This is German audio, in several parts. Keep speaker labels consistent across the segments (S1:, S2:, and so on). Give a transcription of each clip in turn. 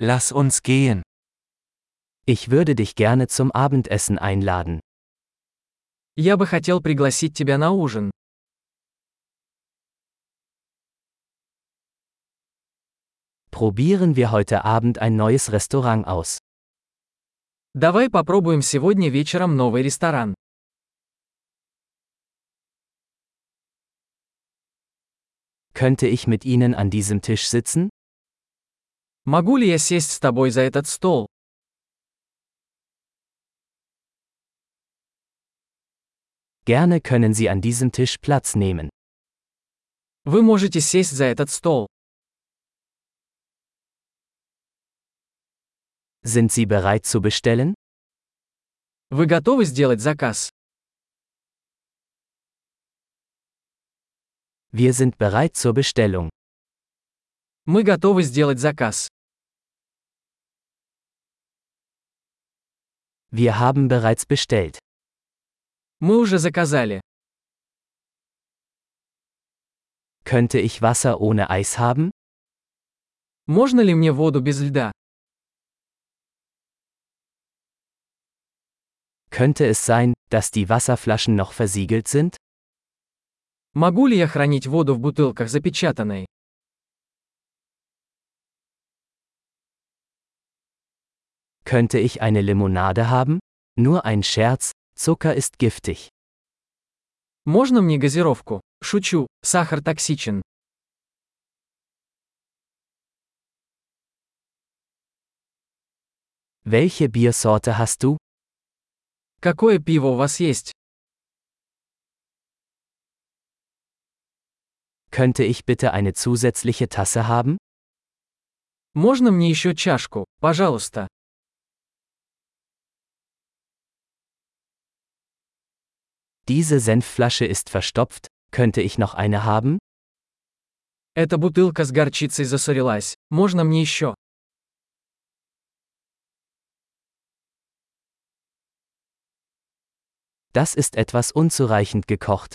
S1: Lass uns gehen.
S2: Ich würde dich gerne zum Abendessen einladen.
S3: Я бы хотел пригласить тебя на ужин.
S2: Probieren wir heute Abend ein neues Restaurant aus.
S3: Давай попробуем сегодня вечером новый ресторан.
S2: Könnte ich mit Ihnen an diesem Tisch sitzen?
S3: Могу ли я сесть с тобой за этот стол?
S2: Gerne können Sie an diesem Tisch Platz nehmen.
S3: Вы можете сесть за этот стол.
S2: Sind Sie bereit zu bestellen?
S3: Вы готовы сделать заказ?
S2: Wir sind bereit zur Bestellung.
S3: Мы готовы сделать заказ.
S2: Wir haben bereits bestellt.
S3: Мы уже заказали.
S2: Könnte ich Wasser ohne Eis haben?
S3: Можно ли мне воду без льда?
S2: Könnte es sein, dass die Wasserflaschen noch versiegelt sind?
S3: Могу ли я хранить воду в бутылках запечатанной?
S2: Könnte ich eine Limonade haben? Nur ein Scherz, Zucker ist giftig.
S3: Можно мне газировку? Шучу, сахар токсичен.
S2: Welche Biersorte hast du?
S3: Какое пиво у вас есть?
S2: Könnte ich bitte eine zusätzliche Tasse haben?
S3: Можно мне еще чашку, пожалуйста?
S2: Diese Senfflasche ist verstopft, könnte ich noch eine haben?
S3: Эта бутылка с горчицей засорилась. Можно мне еще?
S2: Das ist etwas unzureichend gekocht.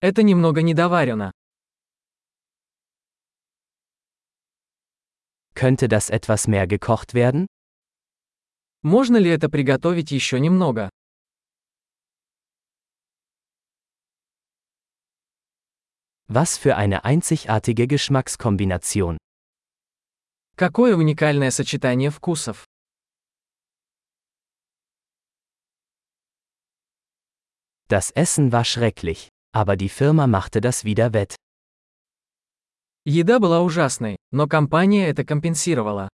S3: Это немного недоварено.
S2: Könnte das etwas mehr gekocht werden?
S3: Можно ли это приготовить еще немного?
S2: Was für eine einzigartige Geschmackskombination.
S3: Какое уникальное сочетание вкусов.
S2: Das Essen war schrecklich, aber die Firma machte das wieder wett.
S3: Еда была ужасной, но компания это компенсировала.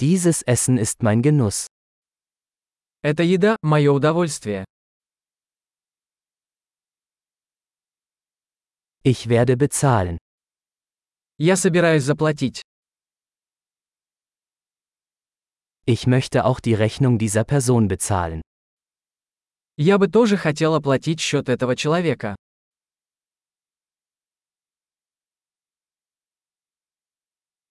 S2: Dieses Essen ist mein Genuss.
S3: Эта еда – мое удовольствие.
S2: Ich werde bezahlen.
S3: Я собираюсь заплатить.
S2: Ich möchte auch die Rechnung dieser Person bezahlen.
S3: Я бы тоже хотел оплатить счет этого человека.